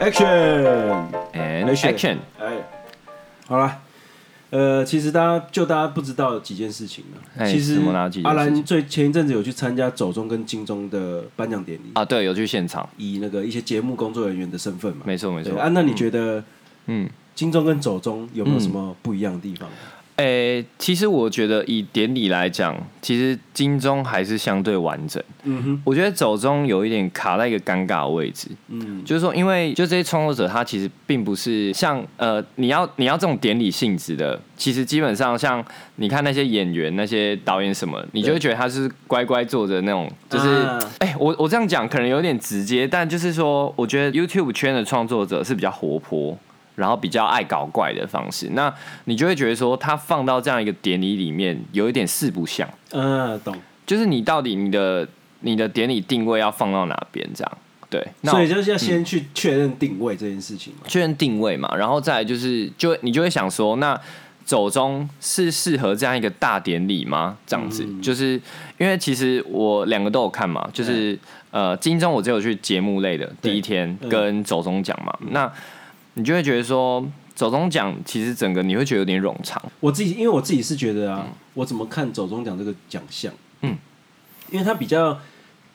Action And Action action，哎，好啦，呃，其实大家就大家不知道几件事情了。哎其实怎么啦几件阿事兰情最前一阵子有去参加走中跟金钟的颁奖典礼，啊，对，有去现场，以那个一些节目工作人员的身份嘛。没错没对错啊，。那你觉得嗯，金钟跟走中有没有什么不一样的地方？诶、哎其实我觉得以典礼来讲，其实金钟还是相对完整。嗯哼，我觉得走中有一点卡在一个尴尬的位置，嗯，就是说，因为就这些创作者，他其实并不是像呃，你要你要这种典礼性质的，其实基本上像你看那些演员、那些导演什么，你就会觉得他是乖乖坐着那种，就是啊哎、我我这样讲可能有点直接，但就是说，我觉得 YouTube 圈的创作者是比较活泼。然后比较爱搞怪的方式，那你就会觉得说，他放到这样一个典礼里面，有一点四不像，嗯，懂。就是你到底你的你的典礼定位要放到哪边这样？对，那嗯我所以就是要先去确认定位这件事情嘛。确认定位嘛，然后再来就是就你就会想说，那走中是适合这样一个大典礼吗？这样子，嗯就是因为其实我两个都有看嘛，就是、呃金钟我只有去节目类的对第一天嗯跟走中奖嘛，那你就会觉得说走中奖其实整个你会觉得有点冗长，我自己，因为我自己是觉得啊，我怎么看走中奖这个奖项？嗯，因为它比较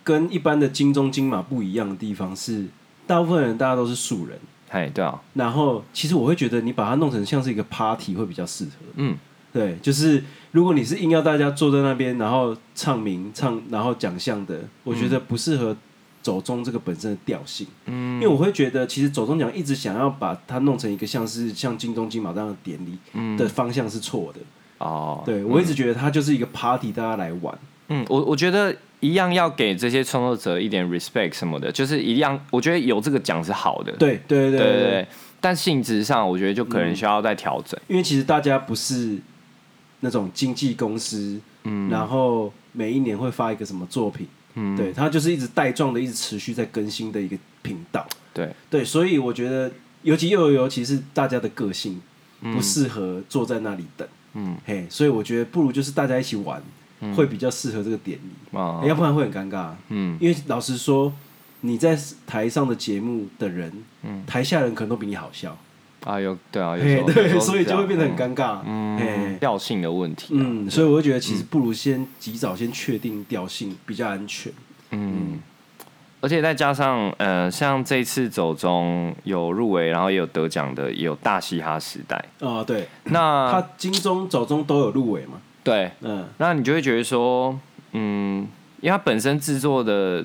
跟一般的金钟金马不一样的地方是，大部分人大家都是素人，哎，对啊，然后其实我会觉得你把它弄成像是一个 party 会比较适合。嗯，对，就是如果你是硬要大家坐在那边，然后唱名唱，然后奖项的，我觉得嗯不适合走中这个本身的调性。嗯，因为我会觉得其实走中奖一直想要把它弄成一个像是像金钟金马这样的典嗯礼的方向是错的。哦，对我一直觉得它就是一个 party，大家来玩。嗯，我我觉得一样要给这些创作者一点 respect 什么的，就是一样，我觉得有这个奖是好的，对对对对对对，但性质上我觉得就可能需要再调整。因为其实大家不是那种经纪公司，嗯，然后每一年会发一个什么作品，嗯，对，它就是一直带状的，一直持续在更新的一个频道，对，对，所以我觉得，尤其又尤其是大家的个性不适合坐在那里等，嗯，嘿，所以我觉得不如就是大家一起玩，会比较适合这个典礼，啊，哎要不然会很尴尬，嗯，因为老实说，你在台上的节目的人，嗯，台下人可能都比你好笑，啊有对啊，有嘿，时候有时对，候所以是这就会样变得很嗯尴尬，嗯，嘿嗯，。调性的问题啊。嗯，所以我会觉得，其实不如先及早先确定调性比较安全。而且再加上呃，像这次走中有入围，然后也有得奖的，也有大嘻哈时 代。啊、对，那他金钟、走中都有入围嘛。对，嗯，那你就会觉得说，嗯，因为它本身制作的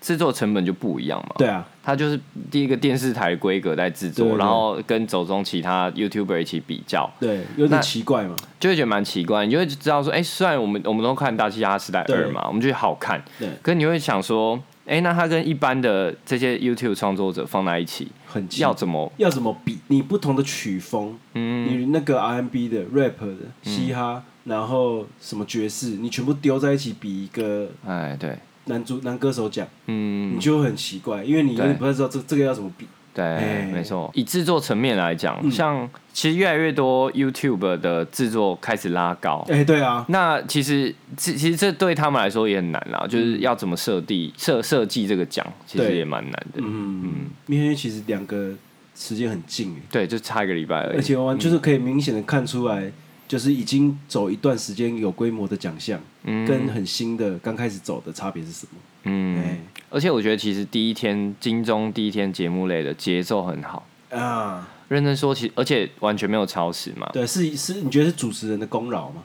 制作成本就不一样嘛。对啊，它就是第一个电视台的规格在制对作，对然后跟走中其他 YouTuber 一起比较，对，有点那奇怪嘛。就会觉得蛮奇怪，你就会知道说，哎、虽然我们我们都看《大嘻哈时代对二》嘛，我们觉得好看，对，可是你会想说，哎、那他跟一般的这些 YouTube 创作者放在一起，很奇要怎么？要怎么比？你不同的曲风，嗯，你那个 R&B 的、rap 的、嘻哈，然后什么爵士，你全部丢在一起比一个哎，对，男主男歌手奖，嗯哦你，就会很奇怪，因为你有点对不太知道这这个要怎么比。对，哎嗯没错。以制作层面来讲，像其实越来越多 YouTube 的制作开始拉高，哎、对啊，那其实其其实这对他们来说也很难啦，就是要怎么设定设设计这个奖，其实嗯对也蛮难的。嗯，因为其实两个时间很近哎。对，就差一个礼拜而而已。且完就是可以明显的看出来，就是已经走一段时间有规模的奖项，跟很新的刚开始走的差别是什么？嗯，哎、而且我觉得其实第一天金钟第一天节目类的节奏很好，啊，认真说，其而且完全没有超时嘛。对，是是，你觉得是主持人的功劳吗？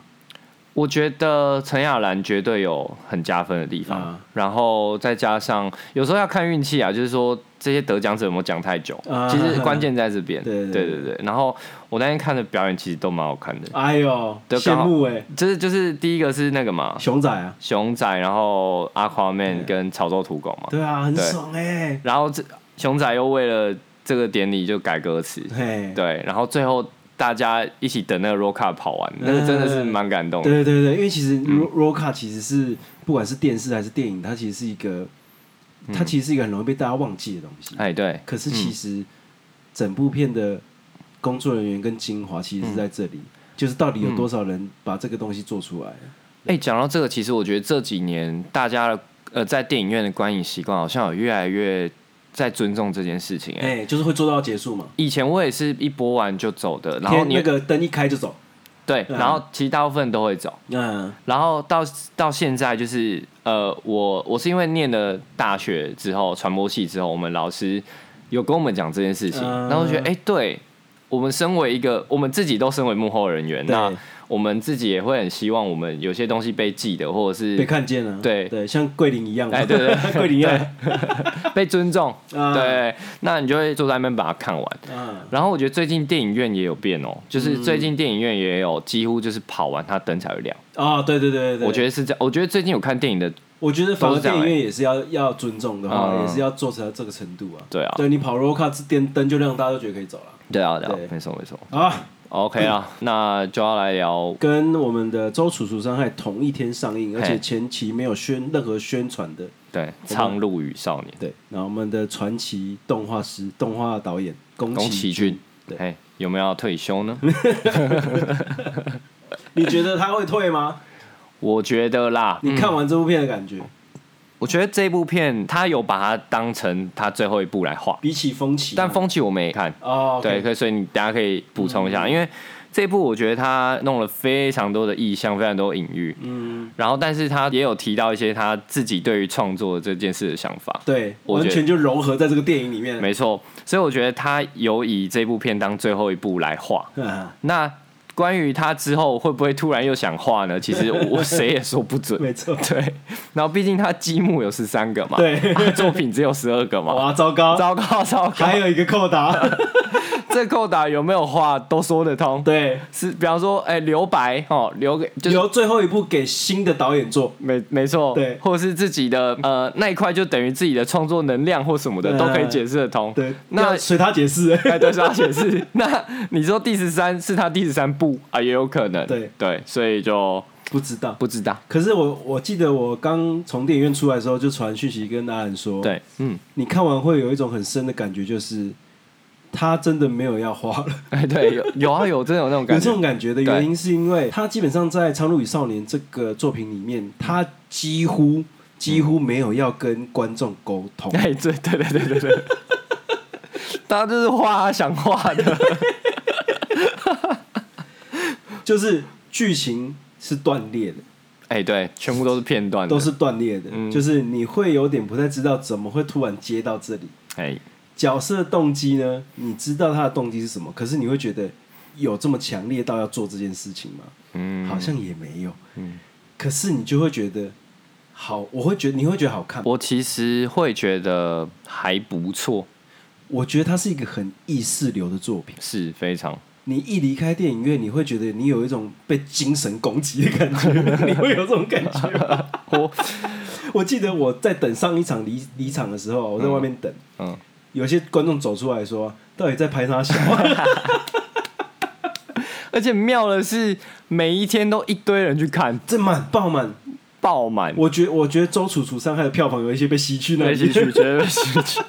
我觉得陈雅兰绝对有很加分的地方，啊然后再加上有时候要看运气啊，就是说这些得奖者有没有讲太久，啊其实关键在这 边。对对对对对。然后我那天看的表演其实都蛮好看的，哎呦，对羡刚好哦慕哎、就是就是第一个是那个嘛，熊仔啊，熊仔，然后阿夸对 man 跟潮州土狗嘛，对啊，很对爽哎、然后这熊仔又为了这个典礼就改歌词，嘿，对，然后最后大家一起等那个 Roca 跑完，那个真的是蛮感动嗯的。对对对，因为其实嗯 Ro- Roca 其实是不管是电视还是电影，它其实是一个，它其实是一个很容易被大家忘记的东西。嗯哎，对，可嗯是其实整部片的工作人员跟精华其实是在这里，就是到底有多少人把这个东西做出来？哎、讲到这个，其实我觉得这几年大家的呃在电影院的观影习惯好像有越来越在尊重这件事情、哎、哎、就是会做到结束嘛。以前我也是一播完就走的，然后天你、那个灯一开就走，对，嗯然后其实大部分人都会走。嗯然后到到现在就是呃，我我是因为念了大学之后传播系之后，我们老师有跟我们讲这件事情，嗯然后我觉得哎、对我们身为一个我们自己都身为幕后人员，对那我们自己也会很希望我们有些东西被记得，或者被是看见了，对对，像桂林一样嘛，哎对对 桂林一样，被尊重。嗯对，那你就会坐在那边把它看完。嗯，然后我觉得最近电影院也有变哦，就是最近电影院也有几乎就是跑完它灯才会亮。哦，对对对对，我觉得得是这样，我觉得最近有看电影的，我觉得反都而是这电样影院也是要要尊重的话，嗯也是要做成这个程度啊。对啊，对你跑 roll car 电灯就让大家都觉得可以走了。对啊，对啊对，没错没错。好啊， OK 啊，那就要来聊，跟我们的《周楚楚伤害》同一天上映，嘿而且前期没有宣任何宣传的。对《苍鹭与少年对，然后我们的传奇动画师、动画导演宫》宫崎，崎骏，对嘿，有没有要退 休呢？你觉得他会退 吗？我觉得啦，你看完这部片的感觉，嗯我觉得这部片他有把它当成他最后一部来画，比起风起，但风起我没看，哦，对，，可以所以你大家可以补充一下，嗯因为这部我觉得他弄了非常多的意象，非常多的隐喻，嗯，然后但是他也有提到一些他自己对于创作这件事的想法，对，我完觉得全就融合在这个电影里面。 没错，所以我觉得他有以这部片当最后一部来画， 啊那关于他之后会不会突然又想画呢？其实我 我谁也说不准。没错，对，然后毕竟他积木有十三个嘛，对啊 作品只有十二个 嘛，哇，糟糕，糟糕糟糕，还有一个扣 打，这扣打有没有画都说得通。对，是，比方说，哎、留白哦，留给就是留最后一部给新的导演做。没没错，对或者是自己的呃那一块就等于自己的创作能量或什么的、嗯都可以解释得通。对，那要随他解释。 哎，对，是他解释。 那你说第十三是他第十三部啊，也有可能。对对，所以就不知道。不知道。可是我我记得我刚从电影院出来的时候，就传讯息跟阿兰说，，对，嗯，你看完会有一种很深的感觉，就是他真的没有要花了。哎， 对，有有啊，有真的有那种有感这觉种。感觉的原因，是因为他基本上在《苍鹭与少年》这个作品里面，他几乎几乎没有要跟观众沟通。 哎，对对对对对对， 他就是画他想画的， 就是剧情是断裂的，哎，对，全部都是片段的，都是断裂的，嗯就是你会有点不太知道怎么会突然接到这里。哎，角色动机呢，你知道他的动机是什么，可是你会觉得有这么强烈到要做这件事情吗？嗯，好像也没有。嗯可是你就会觉得好，我会觉得你会觉得好看。我我其实会觉得还不错，我觉得它是一个很意识流的作品。是非常你一离开电影院，你会觉得你有一种被精神攻击的感觉， 你会有这种感觉吗。 我我记得我在等上一场离离场的时候，我在外面等，嗯，有些观众走出来说：“到底在拍他小？”而且妙的是，每一天都一堆人去看， 这满爆满，爆满，我觉我觉得周楚楚伤害的票房有一些被吸去那对，里，吸取，绝对被吸取，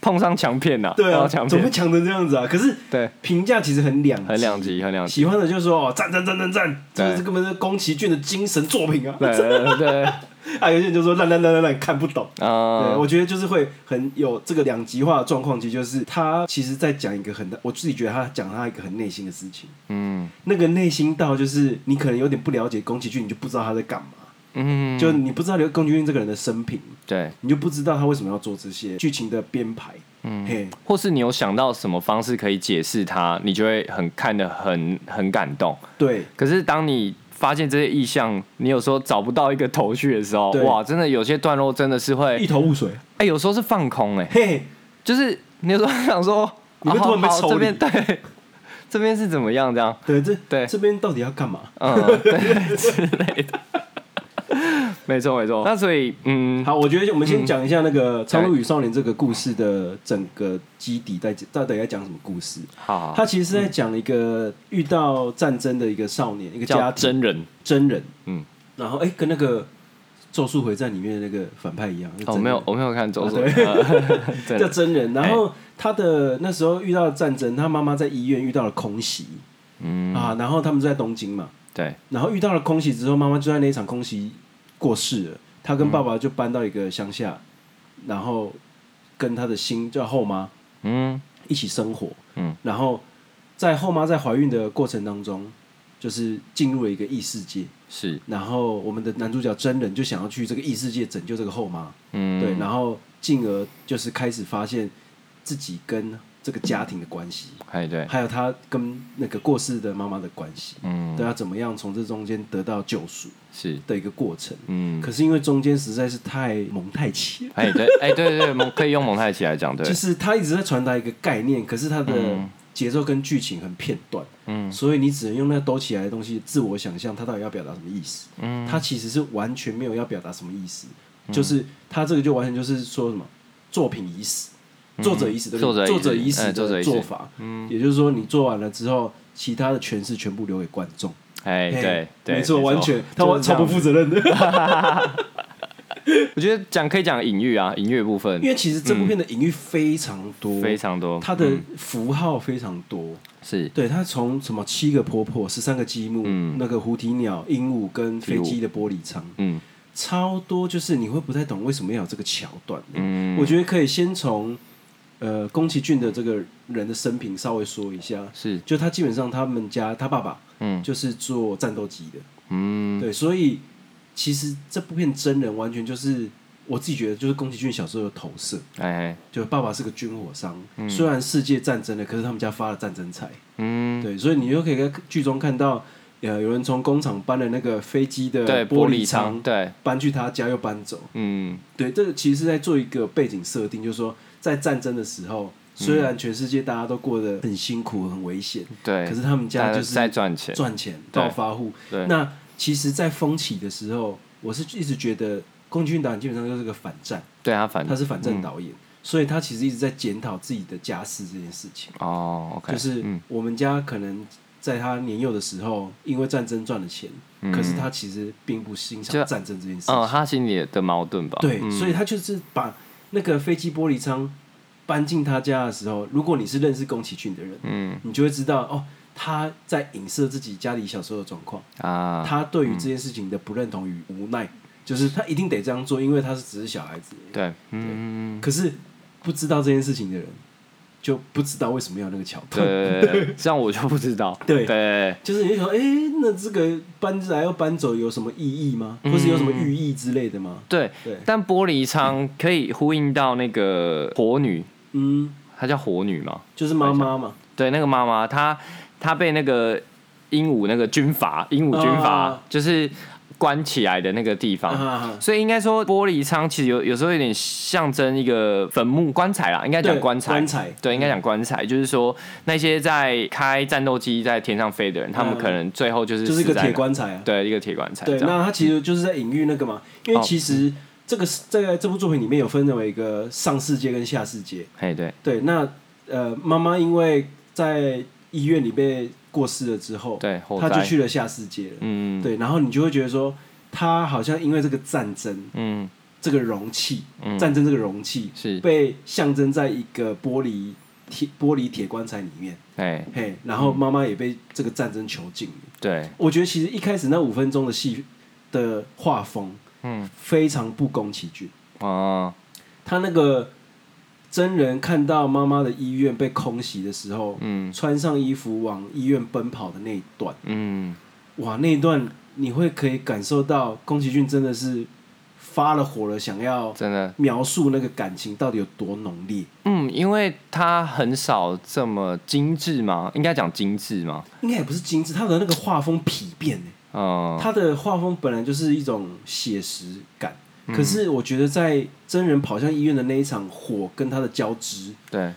碰上强片呐、 对碰啊，上强怎么会片，强成这样子啊？可是对，评价其实很两很两极，很 两极，喜欢的就说哦赞赞赞赞赞，对这是根本是宫崎骏的精神作品啊！对对对， 啊，有些人就说烂烂烂烂烂看不懂。对，嗯，我觉得就是会很有这个两极化的状况，其实就是他其实在讲一个很，我自己觉得他讲他一个很内心的事情，嗯那个内心到就是你可能有点不了解宫崎骏，你就不知道他在干嘛，嗯，就你不知道刘宫崎骏这个人的生平，对。你就不知道他为什么要做这些剧情的编排，嗯，嘿，或是你有想到什么方式可以解释它，你就会很看得很很感动。对，可是当你发现这些意象，你有时候找不到一个头绪的时候，对哇，真的有些段落真的是会，一哎、头雾水，有时候是放空、哎，嘿嘿，就是你有时候想说，你会突然被哦好抽这离边对，这边是怎么样这样，对，这对这边到底要干嘛？ 嗯，对之类的，没错没错。那所以，嗯，好，我觉得我们先讲一下那个《苍鹭与少年》这个故事的整个基底在到底在讲什么故事。好好好他其实是在讲一个遇到战争的一个少年，一个家叫庭真人，真人，嗯，然后哎、跟那个《咒术回战》里面的那个反派一样，是真哦，人没有，我没有看走啊走，对呃 真叫人，真人。然后他的那时候遇到战争，他妈妈在医院遇到了空袭，嗯啊，然后他们就在东京嘛，对，然后遇到了空袭之后，妈妈就在那一场空袭过世了，她跟爸爸就搬到一个乡下，然后跟她的新叫后妈嗯一起生活，嗯，然后在后妈在怀孕的过程当中，就是进入了一个异世界，是，然后我们的男主角真人就想要去这个异世界拯救这个后妈，嗯对，然后进而就是开始发现自己跟这个家庭的关系，哎对，还有他跟那个过世的妈妈的关系，嗯对他怎么样从这中间得到救赎是，的一个过程。嗯，可是因为中间实在是太蒙太奇了，哎对，哎对对对，蒙可以用蒙太奇来讲，对就，是他一直在传达一个概念，可是他的嗯节奏跟剧情很片段，嗯所以你只能用那兜起来的东西自我想象，他到底要表达什么意思。嗯，他其实是完全没有要表达什么意思，就是他这个就完全就是说什么作品已死，作者已死，对不对？嗯作作者者已已死死哎作者嗯的已死做法，也就是说你做完了之后，其他的诠释全部留给观众。哎对嘿对，没错，完全他就是完超不这负责任的， 样，我觉得讲可以讲隐喻啊，隐喻的部分因为其实这部片的隐喻非常多，嗯非常多，它的嗯符号非常多。是对，它从什么七个婆婆、十三个积木、嗯那个蝴蝶鸟、鹦鹉跟飞机的玻璃舱，嗯超多，就是你会不太懂为什么要有这个桥段。嗯，我觉得可以先从呃宫崎骏的这个人的生平稍微说一下。是就他基本上他们家他爸爸嗯就是做战斗机的，嗯对，所以其实这部片真人完全就是我自己觉得就是宫崎骏小时候的投射，哎哎就爸爸是个军火商，虽然世界战争了，可是他们家发了战争财，嗯对，所以你就可以在剧中看到。呃，有人从工厂搬了那个飞机的对玻玻璃璃舱舱，对搬去他家又搬走，嗯对，这个其实是在做一个背景设定，就是说在战争的时候，虽嗯然全世界大家都过得很辛苦、很危险，对，可是他们大家家就是在赚钱，赚钱、对暴发户。对那其实，在风起的时候，我是一直觉得宫崎骏导演基本上就是个反战，对他反他是反战嗯导演，所以他其实一直在检讨自己的家世这件事情，哦，OK，就是嗯我们家可能。在他年幼的时候，因为战争赚了钱，可是他其实并不欣嗯就赏战争这件事情。哦，他心里的矛盾吧，对，嗯所以他就是把那个飞机玻璃舱搬进他家的时候，如果你是认识宫崎骏的人，嗯你就会知道哦，他在影射自己家里小时候的状况，啊，他对于这件事情的不认同与无奈，就是他一定得这样做，因为他是只是小孩子。对，嗯，可是不知道这件事情的人，就不知道为什么要有那个桥对段。对对对，这样我就不知道，对对，就是你就想，哎、那这个搬来又搬走有什么意义吗？嗯或是有什么寓意之类的吗？对，对，但玻璃舱可以呼应到那个火女，嗯，她叫火女嘛？就是妈妈嘛，对，那个妈妈，她她被那个鹦鹉那个军阀，鹦鹉军阀、啊就是关起来的那个地方。啊，所以应该说，玻璃舱其实有有时候有点象征一个坟墓棺材啦，应该讲对棺材，棺材对，应该讲棺材，就是说那些在开战斗机在天上飞的人，他们嗯可能最后就是就是一死个在铁那，棺材啊。对，一个哦铁棺材，对，这样那他其实就是在隐喻那个嘛，因为其实这个是在这部作品里面有分为一个上世界跟下世界。嘿，对，对，那呃，妈妈因为在医院里被过世了之后，对火灾她就去了下世界了。嗯对，然后你就会觉得说，她好像因为这个战争，嗯，这个容器，嗯战争这个容器是被象征在一个玻璃铁玻璃铁棺材里面，哎，嘿，然后妈妈也被这个战争囚禁了。对，我觉得其实一开始那五分钟的戏的画风，嗯，非常不宫崎骏。哦，他那个真人看到妈妈的医院被空袭的时候，嗯穿上衣服往医院奔跑的那一段，嗯，哇，那一段你会可以感受到宫崎骏真的是发了火了，想要真的，描述那个感情到底有多浓烈。嗯，因为它很少这么精致嘛，应该讲精致嘛，应该也不是精致，他的那个画风疲变呢、嗯，他的画风本来就是一种写实感，嗯可是我觉得在真人跑向医院的那一场火跟他的交织，对，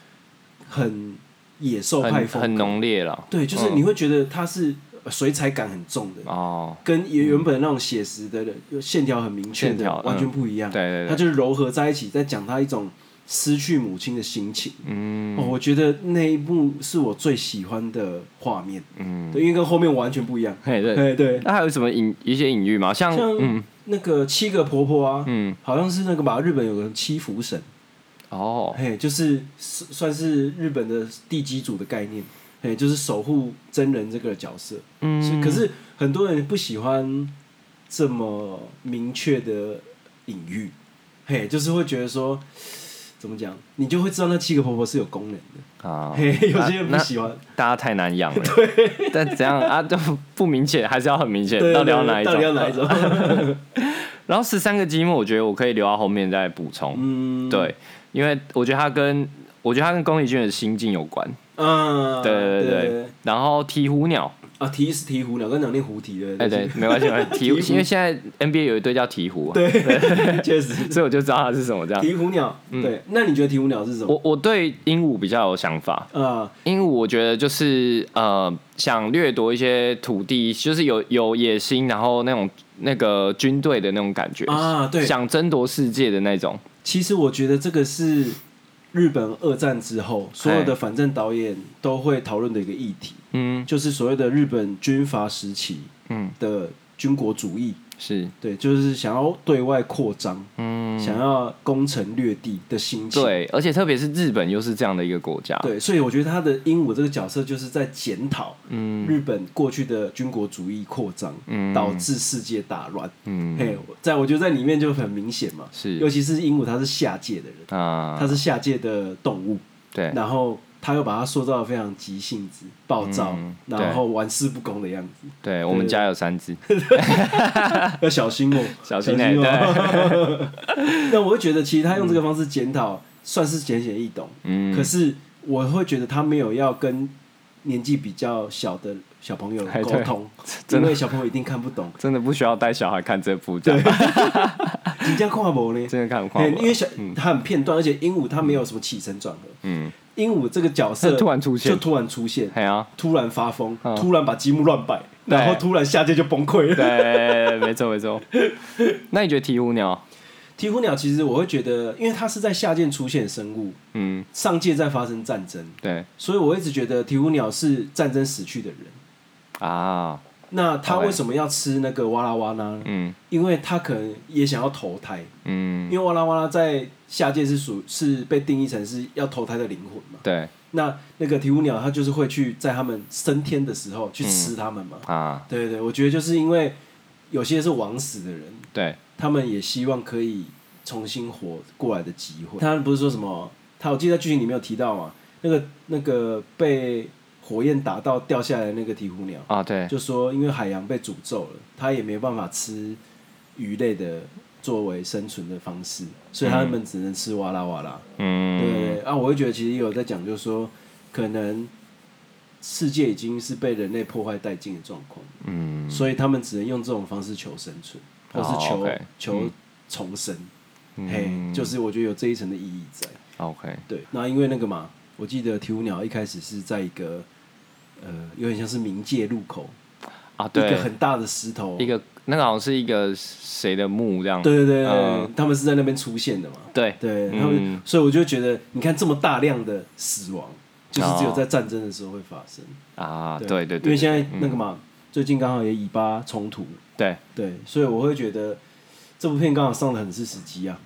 很野兽派很风格很浓烈了，嗯对，就是你会觉得他是呃水彩感很重的，哦，跟原原本那种写实的有线条很明确线的条嗯完全不一样。对对对他就是柔合在一起，在讲他一种失去母亲的心情。嗯哦，我觉得那一幕是我最喜欢的画面，嗯，对，因为跟后面完全不一样。嘿，对，对对，那还有什么隐一些隐喻吗？像嗯像那个七个婆婆啊，嗯好像是那个吧，日本有个七福神，哦嘿，就是算算是日本的地基组的概念，哎，就是守护真人这个角色。嗯，可是很多人不喜欢这么明确的隐喻，嘿，就是会觉得说，怎么讲，你就会知道那七个婆婆是有功能的。啊，嘿，有那些人不那喜欢，大家太难 养了。但怎样啊，都不明显，还是要很明显对，到底要对哪一种？到底要哪一种？ 然后十三个积木，我觉得我可以留到后面再补充。嗯， 对，因为我觉得它跟我觉得它跟宫崎骏的心境有关。嗯，对啊对对对然后鹈鹕鸟，啊，鹈是鹈鹕鸟，跟两鹈鹕鹈的，哎、对，没关系，没关系。 鹈鹕，因为现在 NBA 有一队叫鹈鹕、啊，对， 确 实，所以我就知道它是什么这样。鹈鹕鸟，嗯对，那你觉得鹈鹕鸟是什么？我我对鹦鹉比较有想法，啊，鹦鹉我觉得就是呃想掠夺一些土地，就是有有野心，然后那种那个军队的那种感觉啊对想争夺世界的那种。其实我觉得这个是日本二战之后所有的反战导演都会讨论的一个议题，嗯，就是所谓的日本军阀时期嗯的军国主义，是，对，就是想要对外扩张，嗯，想要攻城略地的心情。对，而且特别是日本又是这样的一个国家，对，所以我觉得他的鹦鹉这个角色就是在检讨嗯日本过去的军国主义扩张，导致世界大乱。嗯嘿，我在我觉得在里面就很明显嘛，是尤其是鹦鹉它是下界的人，啊、它是下界的动物，对，然后他又把它塑造的非常急性子、暴躁，嗯对然后玩世不恭的样子，对我们对家有三只，要小心哦、 小心心欸哦、 那我会觉得，其实他用这个方式检讨，算是浅显易懂。嗯，可是我会觉得他没有要跟年纪比较小的小朋友哎沟对 通，因为小朋友一定看不懂。真的不需要带小孩看这部，对，人家跨博呢？真的看不嗯哎 惯我，因为小他很片段，而且鹦鹉它没有什么起承转合。嗯，鹦鹉这个角色它 突然出现就突然出现，哎呀，突然发疯，嗯突然把积木乱摆，对然后突然下界就崩溃了。对，没错 没错。那你觉得鹈鹕鸟？鹈鹕鸟其实我会觉得，因为它是在下界出现的生物，嗯，上界在发生战争，对所以我一直觉得鹈鹕鸟是战争死去的人。啊，那它 OK 为什么要吃那个哇啦哇啦呢？嗯因为它可能也想要投胎，因嗯，为哇啦哇啦在下界是属是被定义成是要投胎的灵魂嘛。对那那个鹈鹕鸟它就是会去在他们升天的时候去嗯吃他们嘛。啊，对对对，我觉得就是因为有些是枉死的人，对，他们也希望可以重新活过来的机会。他们不是说什么？他我记得在剧情里面有提到嘛，那个那个被火焰打到掉下来的那个鹈鹕鸟，啊对，就说因为海洋被诅咒了，它也没办法吃鱼类的作为生存的方式，所以它们只能吃哇啦哇啦。嗯，对啊，我会觉得其实也有在讲，就是说可能世界已经是被人类破坏殆尽的状况，嗯，所以他们只能用这种方式求生存，或哦是求、 OK，求嗯重生。嘿，嗯就是我觉得有这一层的意义在。 OK，对，那因为那个嘛，我记得鹈鹕鸟一开始是在一个呃，有点像是冥界入口，啊一个对，很大的石头，一个那个好像是一个谁的墓这样，对对对对，嗯他们是在那边出现的嘛。对对，他们，嗯所以我就觉得，你看这么大量的死亡，就是只有在战争的时候会发生。啊哦对对因为对现在那个嘛，最近刚好也以巴冲突，对，对，所以我会觉得这部片刚好上的很是时机啊，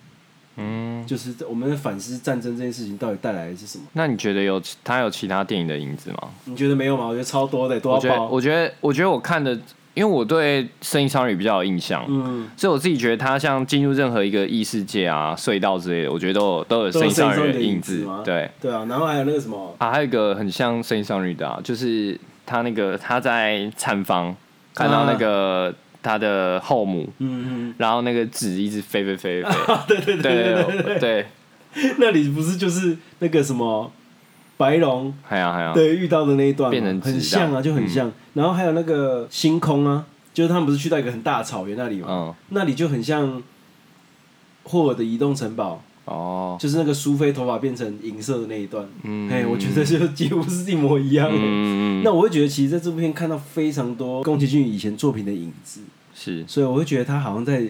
嗯，就是我们在反思战争这件事情到底带来的是什么？那你觉得有其他有其他电影的影子吗？你觉得没有吗？我觉得超多的，多我到觉得爆。我觉得我觉得我看的，因为我对《生意商旅》比较有印象，嗯，所以我自己觉得它像进入任何一个异世界啊、隧道之类的，我觉得都有都有都有生意商圣人上的的影影子子吗。对对啊，然后还有那个什么，啊，还有一个很像生意商人的啊，就是他那个他在产房看到那个他的后母，嗯然后那个纸一直飞飞飞飞飞，对对对对对，嗯，那里不是就是那个什么白龙还有还有对，遇到的那一段嘛啊变成纸嗯很像啊，就很像。然后还有那个星空啊，就是他们不是去到一个很大的草原那里嘛，嗯那里就很像霍尔的移动城堡，哦就是那个苏菲头发变成银色的那一段。嗯哎，我觉得就几乎是一模一样。嗯那我会觉得，其实在这部片看到非常多宫崎骏以前作品的影子，是所以我会觉得他好像在，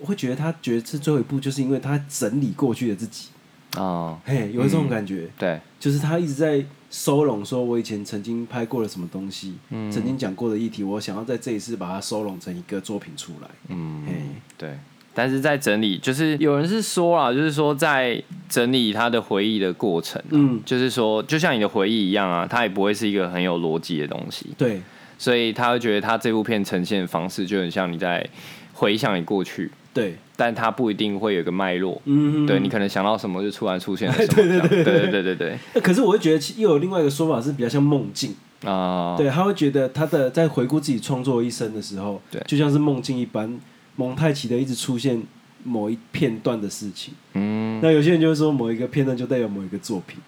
我会觉得他觉得是最后一部，就是因为他整理过去的自己，哦嘿，有一种感觉。对就是他一直在收拢，说我以前曾经拍过了什么东西，嗯曾经讲过的议题，我想要在这一次把它收拢成一个作品出来。嗯哎对但是在整理，就是有人是说啊，就是说在整理他的回忆的过程、啊，嗯，就是说就像你的回忆一样啊，它也不会是一个很有逻辑的东西，对，所以他会觉得他这部片呈现的方式就很像你在回想你过去，对，但它不一定会有个脉络。嗯，对你可能想到什么就突然出现了什 么，对对对对对对那可是我会觉得其，又有另外一个说法是比较像梦境，啊，对，他会觉得他的在回顾自己创作一生的时候，对就像是梦境一般，蒙太奇的一直出现某一片段的事情。嗯，那有些人就会说某一个片段就代表某一个作品，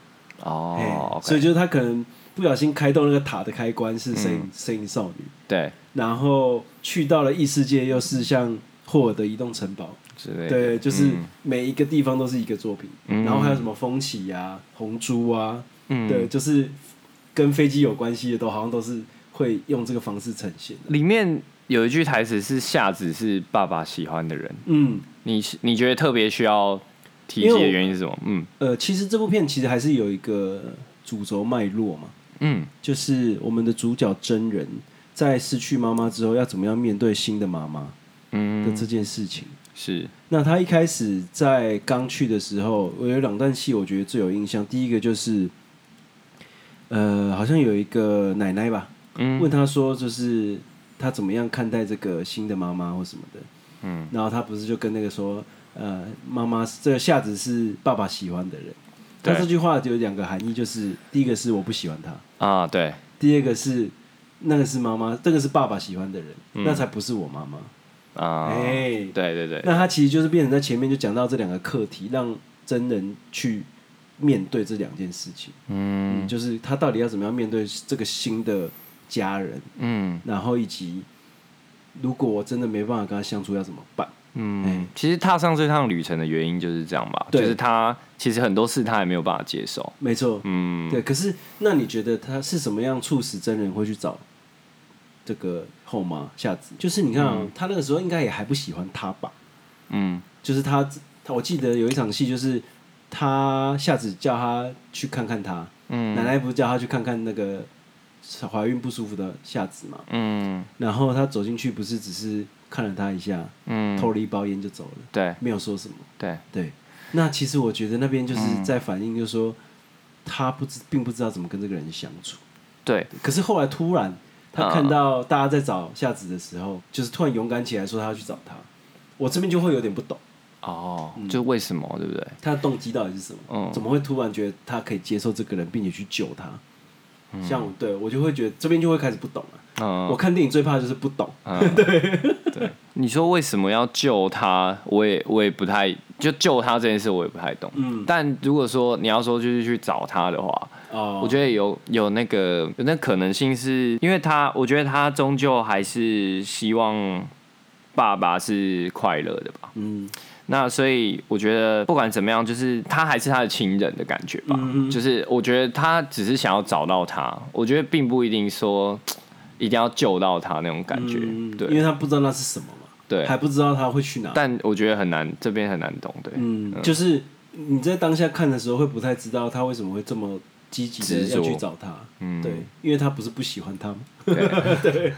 哦哎， OK，所以就是他可能不小心开动那个塔的开关是声音嗯声音少女，对然后去到了异世界又是像霍尔的移动城堡，之类的，对，就是嗯每一个地方都是一个作品，嗯然后还有什么风起呀、红珠啊，嗯对，就是跟飞机有关系的都好像都是会用这个方式呈现的。里面有一句台词是“夏子是爸爸喜欢的人嗯，”，你你觉得特别需要提及的原因是什么？嗯呃，其实这部片其实还是有一个主轴脉络嘛，嗯就是我们的主角真人在失去妈妈之后，要怎么样面对新的妈妈的嗯，这件事情。是那他一开始在刚去的时候，我有两段戏，我觉得最有印象。第一个就是，呃，好像有一个奶奶吧，问嗯他说，就是他怎么样看待这个新的妈妈或什么的。嗯，然后他不是就跟那个说，呃，妈妈这个夏子是爸爸喜欢的人。对那这句话有两个含义，就是第一个是我不喜欢他，啊，对，第二个是那个是妈妈，这个是爸爸喜欢的人，嗯那才不是我妈妈。啊，哎对对对，那他其实就是变成在前面就讲到这两个课题，让真人去面对这两件事情，嗯嗯，就是他到底要怎么样面对这个新的家人，嗯然后以及如果我真的没办法跟他相处要怎么办？嗯哎，其实踏上这趟旅程的原因就是这样吧，就对是他其实很多事他也没有办法接受，没错，嗯，对。可是那你觉得他是什么样促使真人会去找这个后妈夏子？就是你看、啊，他那个时候应该也还不喜欢他吧？嗯就是他他，我记得有一场戏就是。他夏子叫他去看看他，奶嗯奶不是叫她去看看那个怀孕不舒服的夏子嘛？嗯然后她走进去，不是只是看了她一下，嗯，偷了一包烟就走了，对没有说什么。对，对，那其实我觉得那边就是嗯在反映，就是说她不知并不知道怎么跟这个人相处。对，可是后来突然，她啊看到大家在找夏子的时候，就是突然勇敢起来说她要去找他。我这边就会有点不懂，哦，嗯就为什么，对不对？她的动机到底是什么？嗯怎么会突然觉得她可以接受这个人，并且去救他？像我对我就会觉得这边就会开始不懂了、嗯我，看电影最怕的就是不懂，你说为什么要救他？我也我也不太就救他这件事，我也不太懂。嗯，但如果说你要说就是去找他的话，哦，我觉得有有那个有那可能性是，因为他我觉得他终究还是希望爸爸是快乐的吧。嗯，那所以我觉得不管怎么样，就是他还是他的亲人的感觉吧。嗯就是我觉得他只是想要找到他，我觉得并不一定说一定要救到他那种感觉。嗯因对为他不知道那是什么嘛，对，还不知道他会去哪，但我觉得很难，这边很难懂，对，嗯，就是你在当下看的时候会不太知道他为什么会这么积极的执着要去找他，嗯对，因为他不是不喜欢他吗？ 对，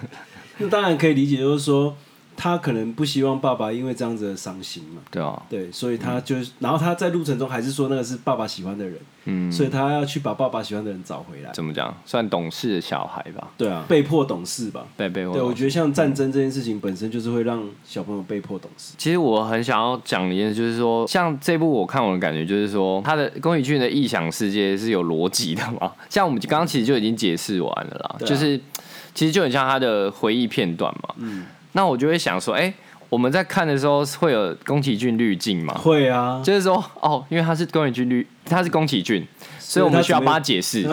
那当然可以理解，就是说他可能不希望爸爸因为这样子而伤心嘛，对啊，对，所以他就是，然后他在路程中还是说那个是爸爸喜欢的人，嗯，所以他要去把爸爸喜欢的人找回来，怎么讲，算懂事的小孩吧，对啊，被迫懂事吧，被被对，我觉得像战争这件事情本身就是会让小朋友被迫懂事。其实我很想要讲的一件事，就是说，像这部我看我的感觉就是说，他的宫崎骏的异想世界是有逻辑的嘛？像我们刚刚其实就已经解释完了啦，对啊就是其实就很像他的回忆片段嘛。嗯，那我就会想说，哎、我们在看的时候会有宫崎骏滤镜嘛？会 啊，就是说，哦，因为他是宫崎骏滤，他是宫崎骏，所以我们需要帮他解释。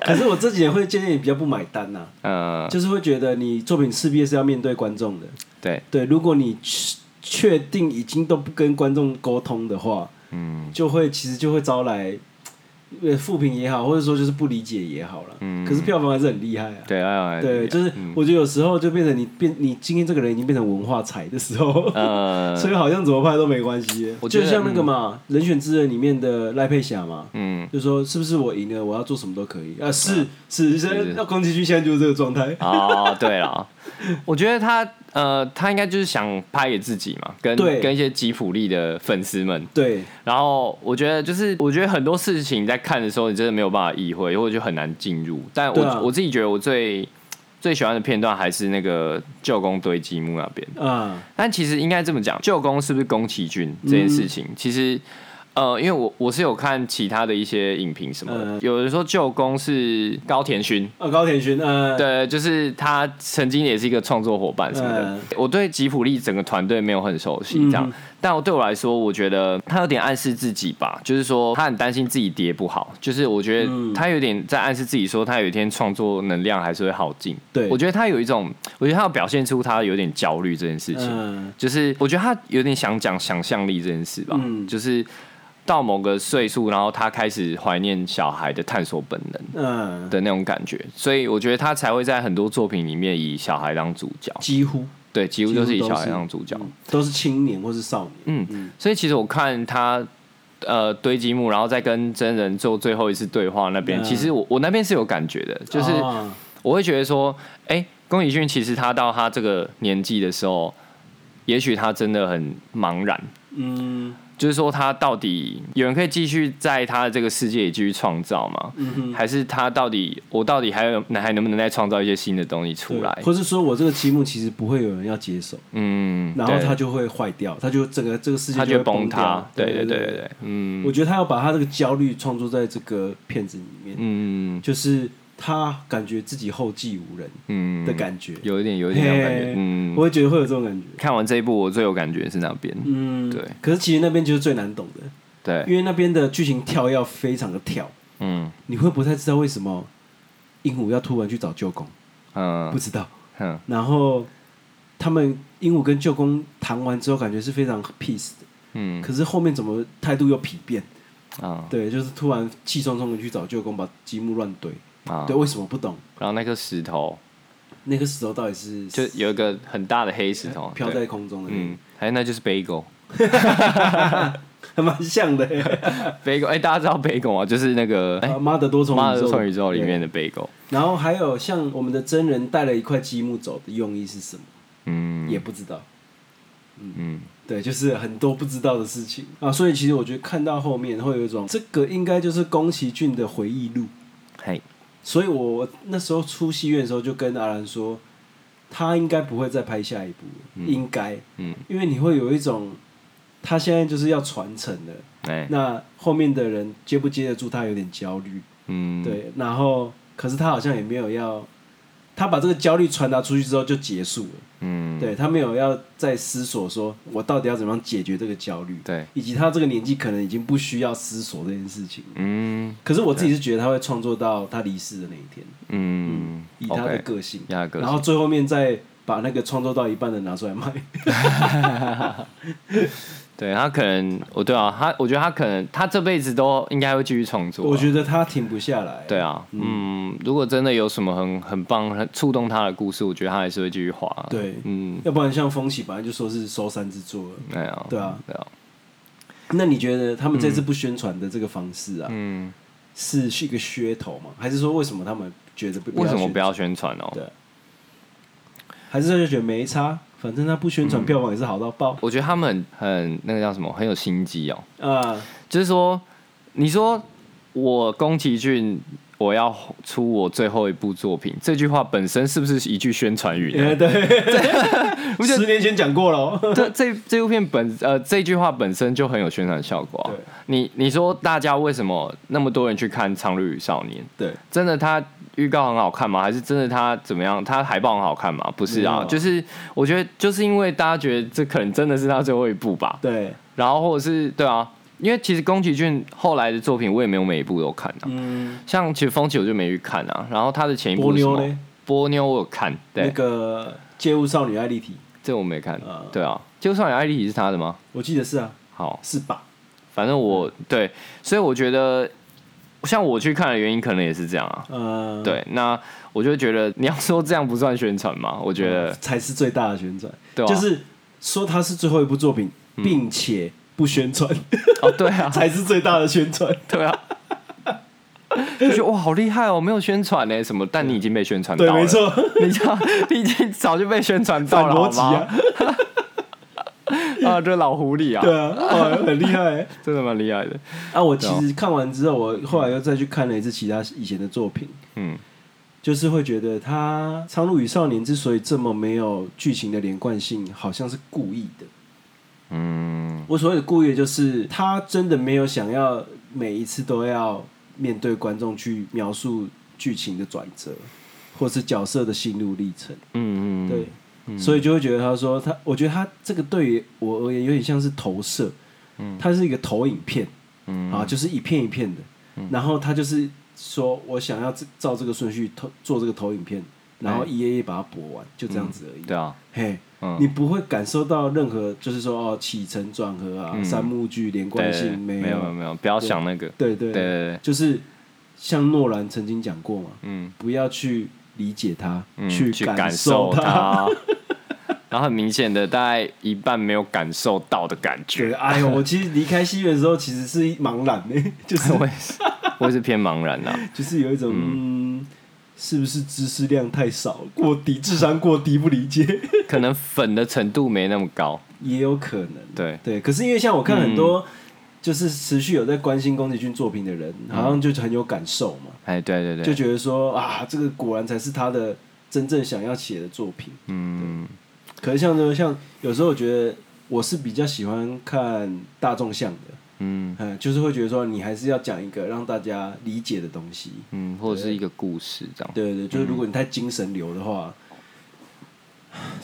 可是我自己也会渐渐比较不买单呐、嗯，就是会觉得你作品势必是要面对观众的。对，对，如果你确确定已经都不跟观众沟通的话，嗯就会其实就会招来呃负评也好，或者说就是不理解也好了。嗯可是票房还是很厉害啊。对啊，对，就是我觉得有时候就变成你变你今天这个人已经变成文化财的时候，呃，所以好像怎么拍都没关系。我觉就得像那个嘛，人选之人》里面的赖佩霞嘛，嗯就说是不是我赢了，我要做什么都可以啊？是是，现在是 那宫崎骏现在就是这个状态。哦，对了，我觉得他呃，他应该就是想拍给自己嘛，跟对跟一些吉普力的粉丝们。对，然后我觉得就是，我觉得很多事情你在看的时候，你真的没有办法意会，或者就很难进入。但我、对啊我自己觉得我最最喜欢的片段还是那个旧宫堆积木那边。啊，但其实应该这么讲，旧宫是不是宫崎骏这件嗯事情，其实呃，因为我我是有看其他的一些影评什么的，嗯有人说旧宫是高田勋。啊，高田勋，啊，对，就是他曾经也是一个创作伙伴什么的。嗯我对吉普力整个团队没有很熟悉，这样，嗯但我对我来说，我觉得他有点暗示自己吧，就是说他很担心自己跌不好，就是我觉得嗯他有点在暗示自己说，他有一天创作能量还是会耗尽。对，我觉得他有一种，我觉得他要表现出他有点焦虑这件事情。嗯，就是我觉得他有点想讲想象力这件事吧，嗯就是到某个岁数，然后他开始怀念小孩的探索本能嗯，的那种感觉，所以我觉得他才会在很多作品里面以小孩当主角，几乎对，几乎几乎都是以都小孩是当主角。嗯都是青年或是少年，嗯嗯所以其实我看他呃堆积木，然后再跟真人做最后一次对话那边，嗯其实我我那边是有感觉的，就是啊我会觉得说，哎、宫崎骏其实他到他这个年纪的时候，也许他真的很茫然。嗯就是说他到底有人可以继续在他的这个世界里继续创造吗？嗯哼，还是他到底我到底还有还能不能再创造一些新的东西出对来？或是说我这个积木其实不会有人要接手，嗯，然后对他就会坏掉，他就整个这个世界他就就会崩掉塌，，对对对对对，对，嗯我觉得他要把他这个焦虑创作在这个片子里面，嗯就是他感觉自己后继无人嗯的感觉，有一点有一点那种感觉嘿，嗯我。会觉得会有这种感觉。看完这一部，我最有感觉是那边，嗯，对。可是其实那边就是最难懂的，对，因为那边的剧情跳要非常的跳，嗯你会不太知道为什么鹦鹉要突然去找舅公，不嗯知道。哼然后他们鹦鹉跟舅公谈完之后，感觉是非常 peace 的，嗯可是后面怎么态度又疲变？啊对，就是突然气冲冲的去找舅公，把积木乱堆。啊对，，为什么不懂？然后那颗石头那个石头到底是就有一个很大的黑石头飘对在空中的那嗯，哎，那就是 bagel。个，还蛮像的。北狗，哎、大家知道北狗吗？就是那个 哎啊妈的多重妈宇的宙，多重宇宙》里面的北狗，然后还有像我们的真人带了一块积木走的用意是什么，嗯，也不知道。嗯，对，就是很多不知道的事情啊，所以其实我觉得看到后面会有一种，这个应该就是宫崎骏的回忆录。嘿，所以我那时候出戏院的时候就跟阿兰说，他应该不会再拍下一部了，应该，嗯，因为你会有一种，他现在就是要传承的，哎，那后面的人接不接得住，他有点焦虑。嗯，，对，然后可是他好像也没有要，他把这个焦虑传达出去之后就结束了，嗯，对他没有要再思索说我到底要怎么样解决这个焦虑，对，以及他这个年纪可能已经不需要思索这件事情。嗯可是我自己是觉得他会创作到他离世的那一天，嗯以他的，OK，个性，以他的个性然后最后面再把那个创作到一半的拿出来卖。对他可能，我对啊，他我觉得他可能他这辈子都应该会继续创作啊，我觉得他停不下来。对啊，嗯，如果真的有什么很很棒、很触动他的故事，我觉得他还是会继续画啊，对嗯，要不然像风起本来就说是收山之作了，对啊，对啊，对啊，那你觉得他们这次不宣传的这个方式啊，嗯，是是一个噱头吗？还是说为什么他们觉得不为什么不要要宣传哦？宣传？对，还是他就觉得没差，反正他不宣嗯传，票房也是好到爆我觉得他们很很那个叫什么，很有心机哦。 啊！就是说，你说我宫崎骏，我要出我最后一部作品，这句话本身是不是一句宣传语呃呢？对， 十年前讲过了哦，这这这部片本呃这句话本身就很有宣传效果、啊对。你你说大家为什么那么多人去看《苍绿与少年》？对，真的他预告很好看吗？还是真的他怎么样？他海报很好看吗？不是没啊有，就是我觉得就是因为大家觉得这可能真的是他最后一部吧。对，然后或者是对啊，因为其实宫崎骏后来的作品我也没有每一部都看啊。嗯，像其实风起我就没去看啊，然后他的前一部波是什么妞嘞，波妞我有看，对，那个《街舞少女爱丽缇》，这我没看呃，对啊，就算有艾丽缇是他的吗？我记得是啊，好，是吧？反正嗯我对，所以我觉得像我去看的原因可能也是这样啊，呃，对，那我就觉得你要说这样不算宣传嘛，我觉得才是最大的宣传，对啊，嗯就是说他是最后一部作品，并 且不宣传，哦对啊，才是最大的宣传。对啊，就觉得哇好厉害哦，没有宣传呢什么，但你已经被宣传到对，了，没，错，你知道你已经早就被宣传到反了，逻好辑吗？啊，啊，这老狐狸啊，对啊，哦，很厉害 欸。真的蛮厉害的，啊，我其实看完之后，我后来又再去看了一次其他以前的作品，嗯就是会觉得他《苍鹭与少年》之所以这么没有剧情的连贯性，好像是故意的。嗯我所谓的故意，就是他真的没有想要每一次都要面对观众去描述剧情的转折，或是角色的心路历程。嗯对，嗯，所以就会觉得他说他，我觉得他这个对于我而言有点像是投射，嗯它是一个投影片嗯啊，就是一片一片的，然后他就是说我想要这照这个顺序投做这个投影片，然后哎一页一页把它播完，就这样子而已。对啊，嘿，嗯你不会感受到任何就是说哦起承转合啊、嗯三幕剧连对贯性有，没有没有没有，不要想那个，对对对对对，就是像诺兰曾经讲过嘛，嗯。不要去理解它，嗯感感受 它。它，然后很明显的，大概一半没有感受到的感觉得觉。 哎呦，我其实离开戏院的时候其实是茫然的， 就是 我也是，我也是偏茫然的、啊就是有一种嗯。是不是知识量太少，过低智商过低不理解， 可能粉的程度没那么高。也有可能。对，对，可是因为像我看很多、嗯就是持续有在关心宫崎骏作品的人，好像就很有感受嘛，哎，对嗯对就对，觉得说啊，这个果然才是他的真正想要写的作品。嗯，可是像这个像有时候我觉得我是比较喜欢看大众向的，嗯嗯，就是会觉得说你还是要讲一个让大家理解的东西。嗯，或者是一个故事这样。对对，就是嗯如果你太精神流的话，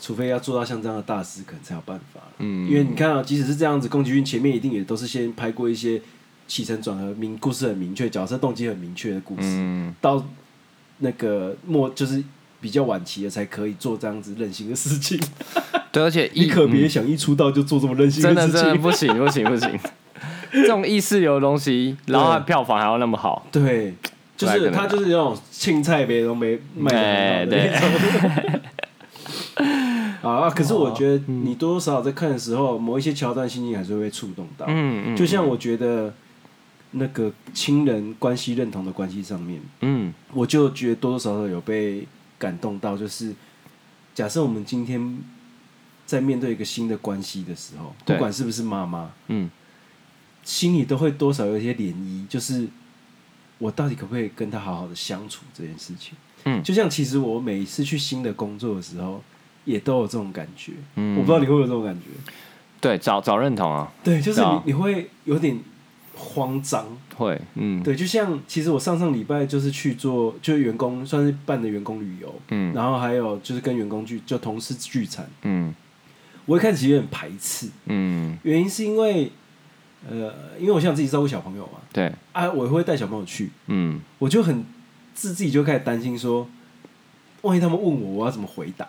除非要做到像这样的大师，可能才有办法。嗯因为你看啊，即使是这样子，宫崎骏前面一定也都是先拍过一些起承转合明故事很明确、角色动机很明确的故事，嗯，到那个末就是比较晚期的才可以做这样子任性的事情。对，而且你 一可别嗯想 一出道就做这么任性真的事真的情。不行不行 不行，这种意识流的东西，然后它票房还要那么好，对，就不太可是能他就是那种青菜别都没卖哎，的对哦嗯很好的那种。 啊，可是我觉得你多多少少在看的时候，某一些桥段心情还是会被触动到。嗯嗯，就像我觉得那个亲人关系认同的关系上面，嗯我就觉得多多少少有被感动到。就是假设我们今天在面对一个新的关系的时候，对不管是不是妈妈，嗯心里都会多少有一些涟漪，就是我到底可不可以跟他好好的相处这件事情。嗯就像其实我每一次去新的工作的时候，也都有这种感觉。嗯，我不知道你会不会有这种感觉？对找找认同啊，对，就是对你啊你会有点慌张。会嗯对，就像其实我上上礼拜就是去做，就是员工算是办的员工旅游，嗯然后还有就是跟员工聚，就同事聚餐。嗯我一开始有点排斥，嗯原因是因为呃，因为我想自己照顾小朋友嘛，对啊，我会带小朋友去，嗯。我就很自自己就开始担心说，万一他们问我，我要怎么回答？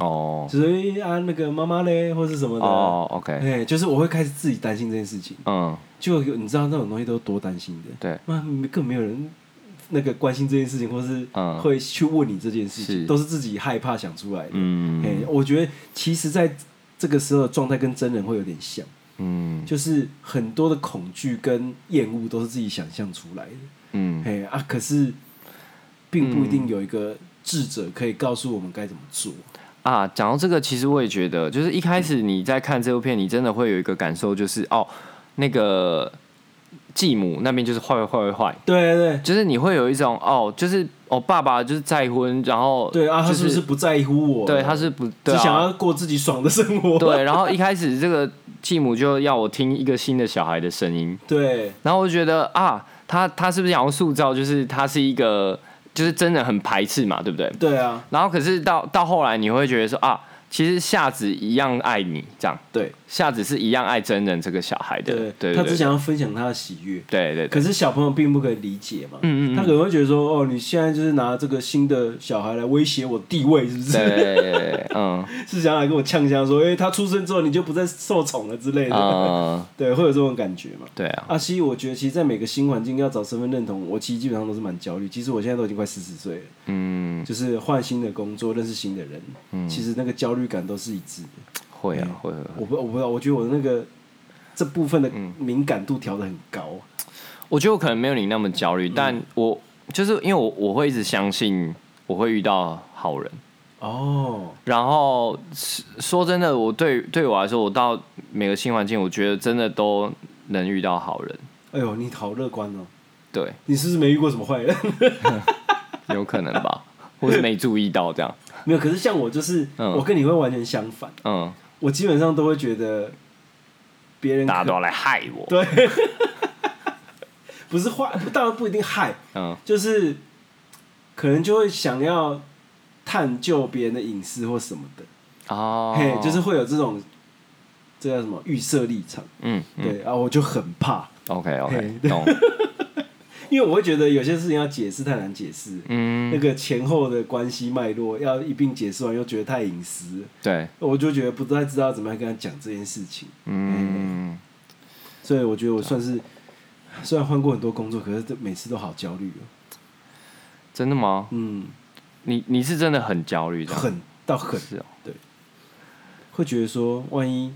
哦所以啊，那个妈妈嘞，或是什么的，哦，OK，哎、就是我会开始自己担心这件事情。嗯，就你知道那种东西都多担心的，对，那更没有人那个关心这件事情，或是嗯会去问你这件事情，是都是自己害怕想出来的。哎嗯我觉得其实在这个时候的状态跟真人会有点像，嗯就是很多的恐惧跟厌恶都是自己想象出来的。嗯，哎啊，可是并不一定有一个智者可以告诉我们该怎么做。啊，讲到这个，其实我也觉得，就是一开始你在看这部片，你真的会有一个感受，就是哦，那个继母那边就是坏坏坏坏，对对就是你会有一种哦，就是哦，爸爸就是再婚，然后对啊，他就是不是不在乎我？对他是不只对啊想要过自己爽的生活。对，然后一开始这个继母就要我听一个新的小孩的声音，对然后我就觉得啊，他他是不是想要塑造，就是他是一个，就是真的很排斥嘛，对不对？对啊，然后可是到到后来，你会觉得说啊，其实夏子一样爱你，这样对夏子是一样爱真人这个小孩的，对对他对只想要分享他的喜悦。对对对可是小朋友并不可以理解嘛，嗯嗯嗯他可能会觉得说，哦，你现在就是拿这个新的小孩来威胁我地位，是不是？对对对对，嗯 是想要来跟我呛呛说，哎、他出生之后你就不再受宠了之类的，嗯，对，会有这种感觉嘛？对啊，阿西，我觉得其实，在每个新环境要找身份认同，我其实基本上都是蛮焦虑。其实我现在都已经快四十岁了，嗯，就是换新的工作，认识新的人，其实那个焦虑感都是一致的。会嗯啊会会会，嗯我不，我不知道，我觉得我那个这部分的敏感度调的很高。我觉得我可能没有你那么焦嗯虑，但我就是因为我我会一直相信我会遇到好人。哦，然后是说真的，我对对我来说，我到每个新环境，我觉得真的都能遇到好人。哎呦，你好乐观哦！对，你是不是没遇过什么坏人？ 有可能吧，我是没注意到这样。没有，可是像我就是，嗯我跟你会完全相反，嗯，我基本上都会觉得别人大家可都要来害我。对，不是坏，当然不一定害，嗯就是可能就会想要探究别人的隐私或什么的，哦，嘿，就是会有这种这叫什么预设立场，嗯嗯对，然后我就很怕， ，OK 嘿 OK，对 懂。因为我会觉得有些事情要解释太难解释，那嗯，个前后的关系脉络要一并解释完，又觉得太隐私了，对，我就觉得不太知道怎么样跟他讲这件事情，嗯，所以我觉得我算是虽然换过很多工作，可是这每次都好焦虑哦，真的吗？嗯，你你是真的很焦虑这样？很到很是哦，会觉得说，万一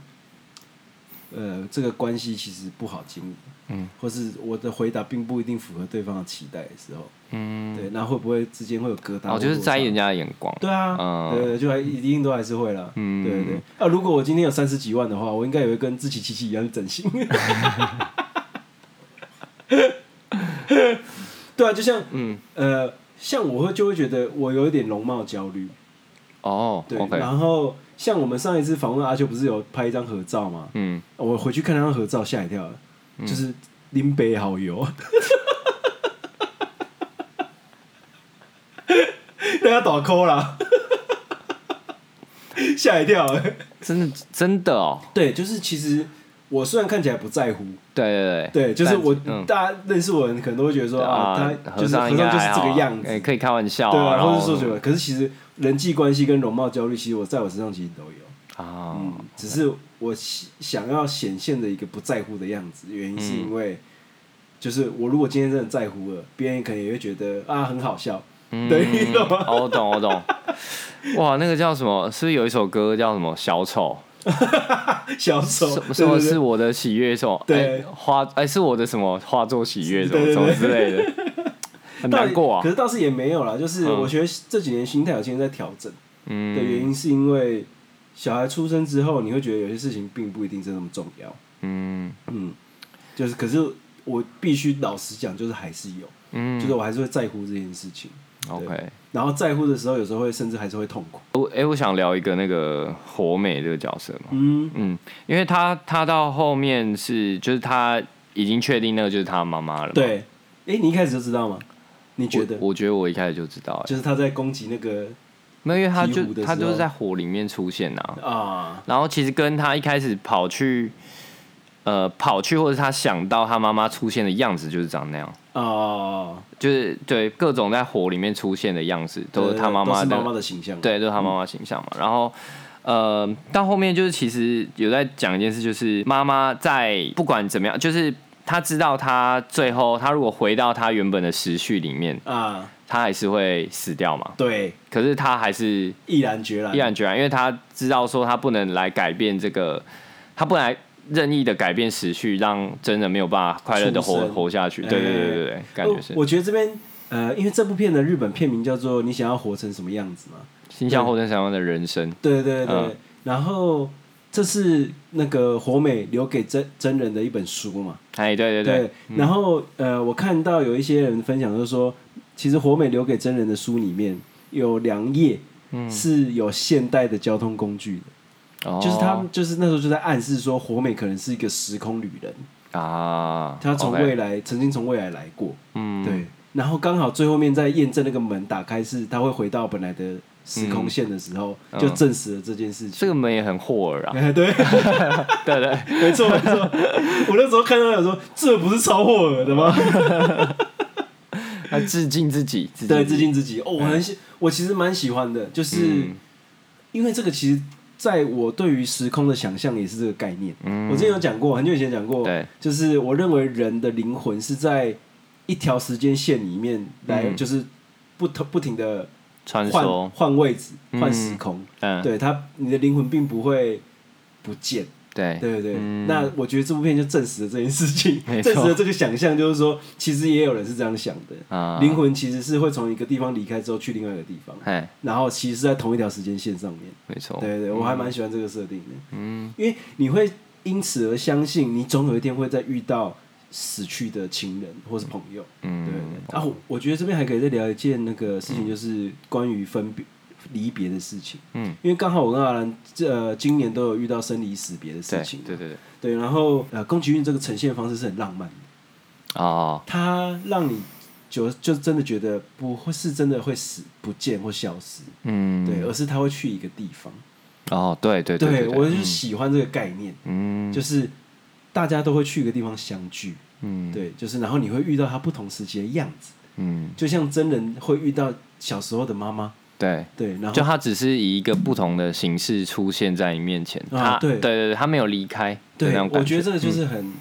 呃这个关系其实不好经营，嗯，或是我的回答并不一定符合对方的期待的时候，嗯，对，那会不会之间会有疙瘩？哦，就是在意人家。家的眼光。对啊，嗯对对，就还一定都还是会啦。嗯对对对。啊，如果我今天有三十几万的话，我应该也会跟自己七七一样去整形。 对啊，就像嗯，呃，像我会就会觉得我有一点容貌焦虑，哦对。 ，OK，然后像我们上一次访问阿秋，不是有拍一张合照吗？嗯，我回去看那张合照，吓一跳了，就是林北好 油，大家打 call 啦， 吓一跳了。真的真的哦，对，就是其实我虽然看起来不在乎，对对对。对，就是我、但嗯大家认识我的人可能都会觉得说啊，他和就是尚合应该尚就是还这好个啊哦样子，哎可以开玩笑对啊，然或后者说什么，可是其实人际关系跟容貌焦虑，其实我在我身上其实都有。啊，嗯，只是我喜想要显现的一个不在乎的样子，原因是嗯因为，就是我如果今天真的在乎了，别人可能也会觉得啊很好笑， 嗯对你懂吗哦我懂，我懂。哇，那个叫什么？是不是有一首歌叫什么？小丑？小丑什么什对么对是对，我的喜悦？什么？对哎化哎是我的什么化作喜悦？什对么对什么对之类 的，很倒也难过可啊。是倒是也没有啦，就是嗯我觉得这几年心态有现在在调整的原嗯因，是因为小孩出生之后，你会觉得有些事情并不一定真的那么重要，嗯嗯，就是可是我必须老实讲，就是还是有，嗯，就是我还是会在乎这件事情， OK。然后在乎的时候，有时候会甚至还是会痛苦，我哎，我想聊一个那个火美这个角色嘛，嗯。嗯，因为他他到后面是就是他已经确定那个就是他妈妈了嘛，对，哎、你一开始就知道吗？你觉得我我觉得我一开始就知道，哎就是他在攻击那个没有，因为他鹈鹕就的他时就是候在火里面出现呐、啊。啊，然后其实跟他一开始跑去，呃，跑去或者他想到他妈妈出现的样子就是长那样，哦，就是对各种在火里面出现的样子都是对他妈妈都是的，妈妈的嗯形象，，对，都是他妈妈形象嘛。然后呃，到后面就是其实有在讲一件事，就是妈妈在不管怎么样，就是他知道他最后他如果回到他原本的时序里面，啊，他还是会死掉嘛。对，可是他还是毅然决然，毅然决然，因为他知道说他不能来改变这个，他不能来任意的改变时序，让真人没有办法快乐的出活生哎活下去。对对对对对，感觉是哦我我觉得这边呃，因为这部片的日本片名叫做《你想要活成什么样子》嘛，心向后生想要的人生。对对对，嗯然后这是那个火美留给真真人的一本书嘛，哎，对对对对，，然后呃，我看到有一些人分享，就是说，其实火美留给真人的书里面有两页，是有现代的交通工具的，嗯哦就是他们就是那时候就在暗示说，火美可能是一个时空旅人，啊，他从 OK，未来曾经从未来来过，嗯，对，然后刚好最后面在验证那个门打开是他会回到本来的时空线的时候，嗯就证实了这件事这情。个门也很霍尔啊，哎， 对，对对， 没错没错，我那时候看到想说，这不是超霍尔的吗？他致敬自己，自己哎对，致敬自己。哦，我很喜，我其实蛮喜欢的，就是、嗯因为这个，其实在我对于时空的想象也是这个概念。嗯我之前有讲过，很久以前讲过，对，就是我认为人的灵魂是在一条时间线里面来，嗯就是不同不停的穿换梭，换位置、嗯换时空。嗯，对它，你的灵魂并不会不见，对对对对，那我觉得这部片就证实了这件事情，嗯没错证实了这个想象，就是说，其实也有人是这样想的，啊，灵魂其实是会从一个地方离开之后去另外一个地方，哎，然后其实是在同一条时间线上面。没错，对对，我还蛮喜欢这个设定的，嗯，因为你会因此而相信，你总有一天会再遇到死去的亲人或是朋友，对对嗯，对。然后我觉得这边还可以再聊一件那个事情，就是关于分别。离别的事情，嗯，因为刚好我跟阿兰，呃，今年都有遇到生离死别的对事情，对对对，对，然后呃，宫崎骏这个呈现方式是很浪漫的，哦，它让你就就真的觉得不会是真的会死不见或消失，嗯，对，而是它会去一个地方。哦，对对对对，我就是喜欢这个概念，嗯就是大家都会去一个地方相聚，嗯对，就是然后你会遇到他不同时期的样子，嗯，就像真人会遇到小时候的妈妈，对。对，然就后他只是以一个不同的形式出现在你面前，啊他对对对，他没有离开的那对，种感我觉得这个就是很、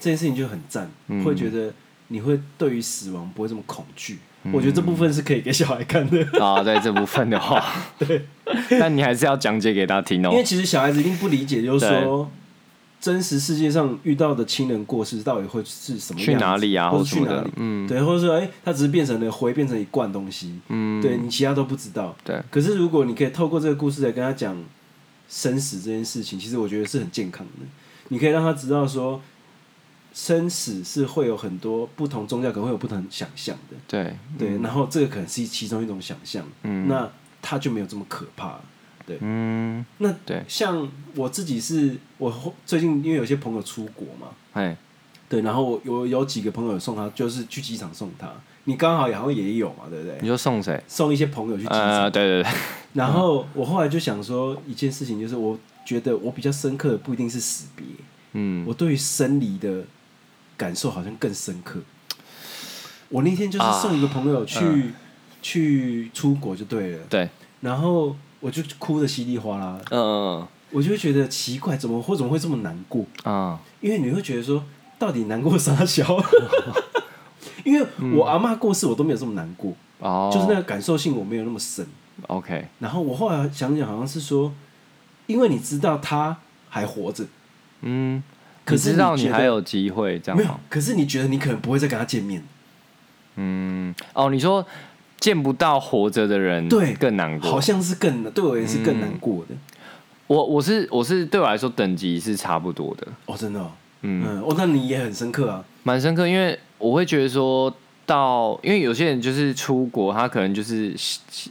这件事情就很赞，嗯会觉得你会对于死亡不会这么恐惧。嗯我觉得这部分是可以给小孩看的，啊，对这部分 的话，对， 但你还是要讲解给他听哦因。为其实小孩子一定不理解，就是对说真实世界上遇到的亲人过世到底会是什么样子去哪里啊或者或什去么哪的里？嗯对，或者说哎、他只是变成了灰，变成一罐东西，嗯，对你其他都不知道。对可是如果你可以透过这个故事来跟他讲生死这件事情，其实我觉得是很健康的。你可以让他知道说，生死是会有很多不同宗教可能会有不同想象的，对对，然后这个可能是其中一种想象，嗯那他就没有这么可怕了。对，嗯，那对像我自己是，我后最近因为有些朋友出国嘛，哎，对，然后我有有几个朋友送他，就是去机场送他。你刚好也好像也有嘛，对不你对？说送谁？送一些朋友去机场，呃，对 对对，然后我后来就想说一件事情，就是我觉得我比较深刻的不一定是死别，嗯，我对于生离的感受好像更深刻。我那天啊就是送一个朋友去、去出国就对了，嗯对，然后我就哭的稀里哗啦，嗯嗯我就会觉得奇怪，怎么或怎么会这么难过？嗯啊，因为你会觉得说，到底难过啥小？ 因为我阿嬷过世，我都没有这么难过，哦，就是那个感受性我没有那么深。 OK，然后我后来想想，好像是说，因为你知道他还活着，嗯，可你是知道你你觉得还有机会这没样有吗？，可是你觉得你可能不会再跟他见面，嗯，哦，你说见不到活着的人，对嗯更难过，嗯好像是更对我也是更难过的。我我是我是对我来说等级是差不多的，哦，真的、哦，嗯嗯，哦，那你也很深刻啊，蛮深刻，因为我会觉得说到，因为有些人就是出国，他可能就是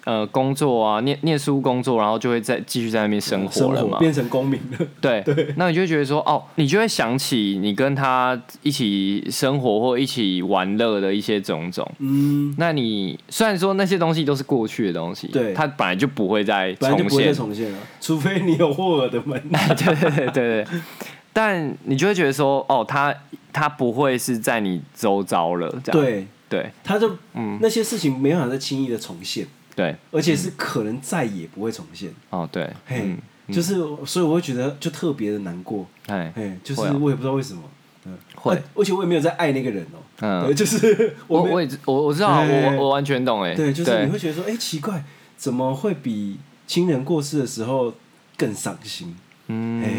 呃工作啊，念念书工作，然后就会再继续在那边生活生了活嘛，变成公民了，对，那你就会觉得说，哦，你就会想起你跟他一起生活或一起玩乐的一些种种。嗯，那你虽然说那些东西都是过去的东西，对它本来就不会再本来就重不会再现，重现了，除非你有霍尔的门。 对对 对对对。但你就会觉得说，哦，它它不会是在你周遭了，这样对，对他就、嗯那些事情没办法再轻易的重现，对而且是可能再也不会重现。哦对，嘿，嗯，就是所以我会觉得就特别的难过，哎，哎，就是会啊我也不知道为什么，嗯，会而而且我也没有在爱那个人哦，嗯对，就是我没有我也知我我知道，啊对我我完全懂哎，对，就是你会觉得说，哎，奇怪，怎么会比亲人过世的时候更伤心？嗯，哎，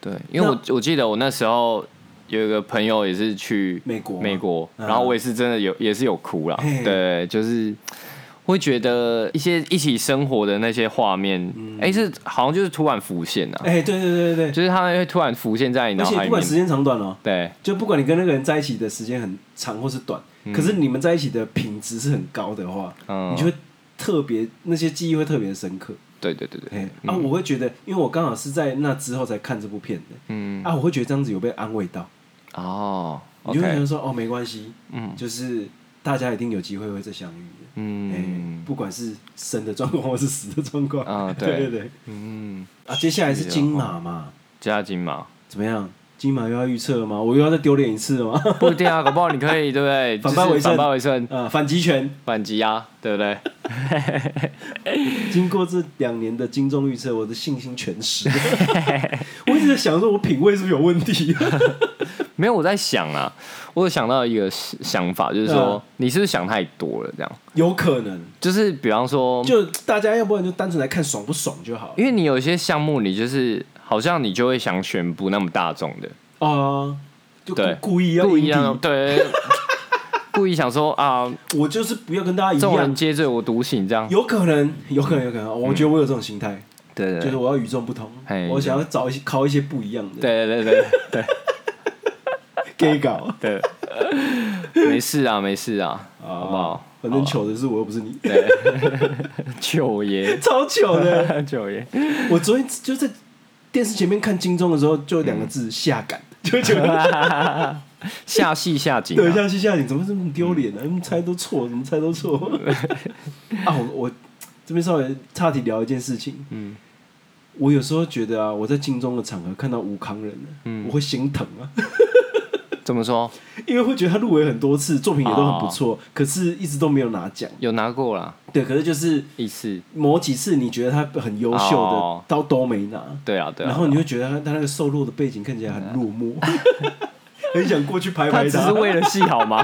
对，因为我我记得我那时候有一个朋友也是去美国，美，国，嗯然后我也是真的有也是有哭啦嘿，对，就是。会觉得一些一起生活的那些画面，哎、是好像就是突然浮现啊，嗯哎，对对对对对，就是他们会突然浮现在你而脑且海不里管面。时间长短哦，对，就不管你跟那个人在一起的时间很长或是短，可是你们在一起的品质是很高的话，嗯你就会特别那些记忆会特别深刻。对对对对，嗯哎、啊，我会觉得，因为我刚好是在那之后才看这部片的，嗯，啊，我会觉得这样子有被安慰到，哦你就会觉得，OK，说，哦，没关系，嗯就是大家一定有机会会再相遇的，哎嗯不管是生的状况或是死的状况， 啊对啊对对对，嗯，啊，接下来是金马嘛，加金嘛，怎么样？金马又要预测了吗？我又要再丢脸一次了 吗？不一定啊，搞不好你可以对不对？反败就是为胜反败为胜，啊，反击拳，反击啊，对不对？经过这两年的金钟预测，我的信心全失。 我一直在想说，我品味是不是有问题？ 没有，我在想啊，我有想到一个想法，就是说、嗯你是不是想太多了？这样，有可能，就是比方说，就大家要不然就单纯来看爽不爽就好。嗯因为你有一些项目，你就是好像你就会想选不那么大众的，哦，就故对故意要不一引样，啊敌，对， 故意想说啊，我就是不要跟大家一众人样。皆醉我独醒这样，有可能，有可能，有可能，我觉得我有这种心态，对对就对是我要与众不同嘿，我想要找一些考一些不一样的，对对对可以搞，对对，没事啊，没事啊，好 好不好？反正糗的是我，又不是你， 对，九爷， 超糗的。九爷，我昨天就在电视前面看金钟的时候，就有两个嗯字下感， 就觉得下戏下井对，啊，嗯像西夏你怎么这么丢脸呢？你们猜都错，怎么猜都 错啊！我我这边稍微岔题聊一件事情，嗯我有时候觉得啊，我在金钟的场合看到吴康仁呢，嗯我会心疼啊，怎么说？因为会觉得他入围很多次，作品也都哦很不错，可是一直都没有拿奖。有拿过啦，对，可是就是意思，某几次你觉得他很优秀哦的，到都没拿，对啊对啊，然后你会觉得他他那个瘦弱的背景看起来很落 寞，很想过去拍他拍只是为了戏 好吗？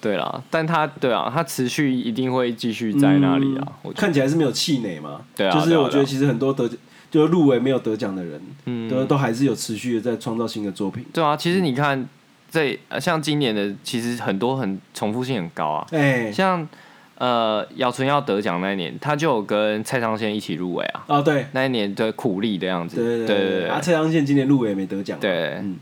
对啦，但他对啊，他持续一定会继续在那里啊嗯。我觉得看起来是没有气馁嘛。对啊就是对啊我觉对得啊嗯其实很多得就是入围没有得奖的人，都都还是有持续的在创造新的作品。对啊，其实你看，这呃像今年的，其实很多很重复性很高啊。哎，像呃，姚纯耀得奖那一年，他就有跟蔡昌宪一起入围啊。哦对那一年对苦力的样子，对对对对啊，蔡康宪今年入围也没得奖，，对嗯，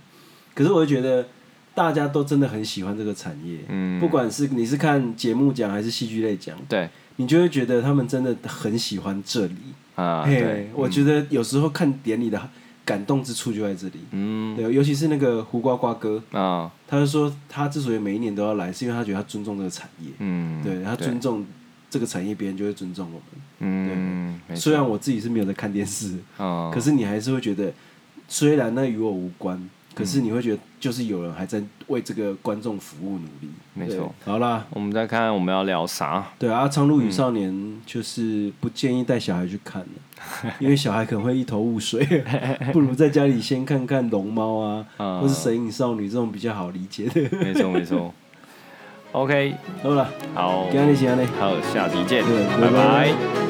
可是我就觉得大家都真的很喜欢这个产业，嗯不管是你是看节目奖还是戏剧类奖，对你就会觉得他们真的很喜欢这里。啊，嘿对，，我觉得有时候看典礼的感动之处就在这里，嗯对，尤其是那个胡瓜瓜哥，啊他就说，他之所以每一年都要来，是因为他觉得他尊重这个产业，嗯，对他尊重这个产业，别人就会尊重我们。嗯，没虽错，然我自己是没有在看电视，嗯可是你还是会觉得，虽然那与我无关，可是你会觉得就是有人还在为这个观众服务努力。没错对，好啦，我们再看我们要聊啥？对啊，《苍鹭与少年》就是不建议带小孩去看了， 因为小孩可能会一头雾水，不如在家里先看看《龙猫》啊，嗯或是《神隐少女》这种比较好理解的。没错没错。OK，好了，好，哦今天就这样嘞。好，下集见，对拜拜拜拜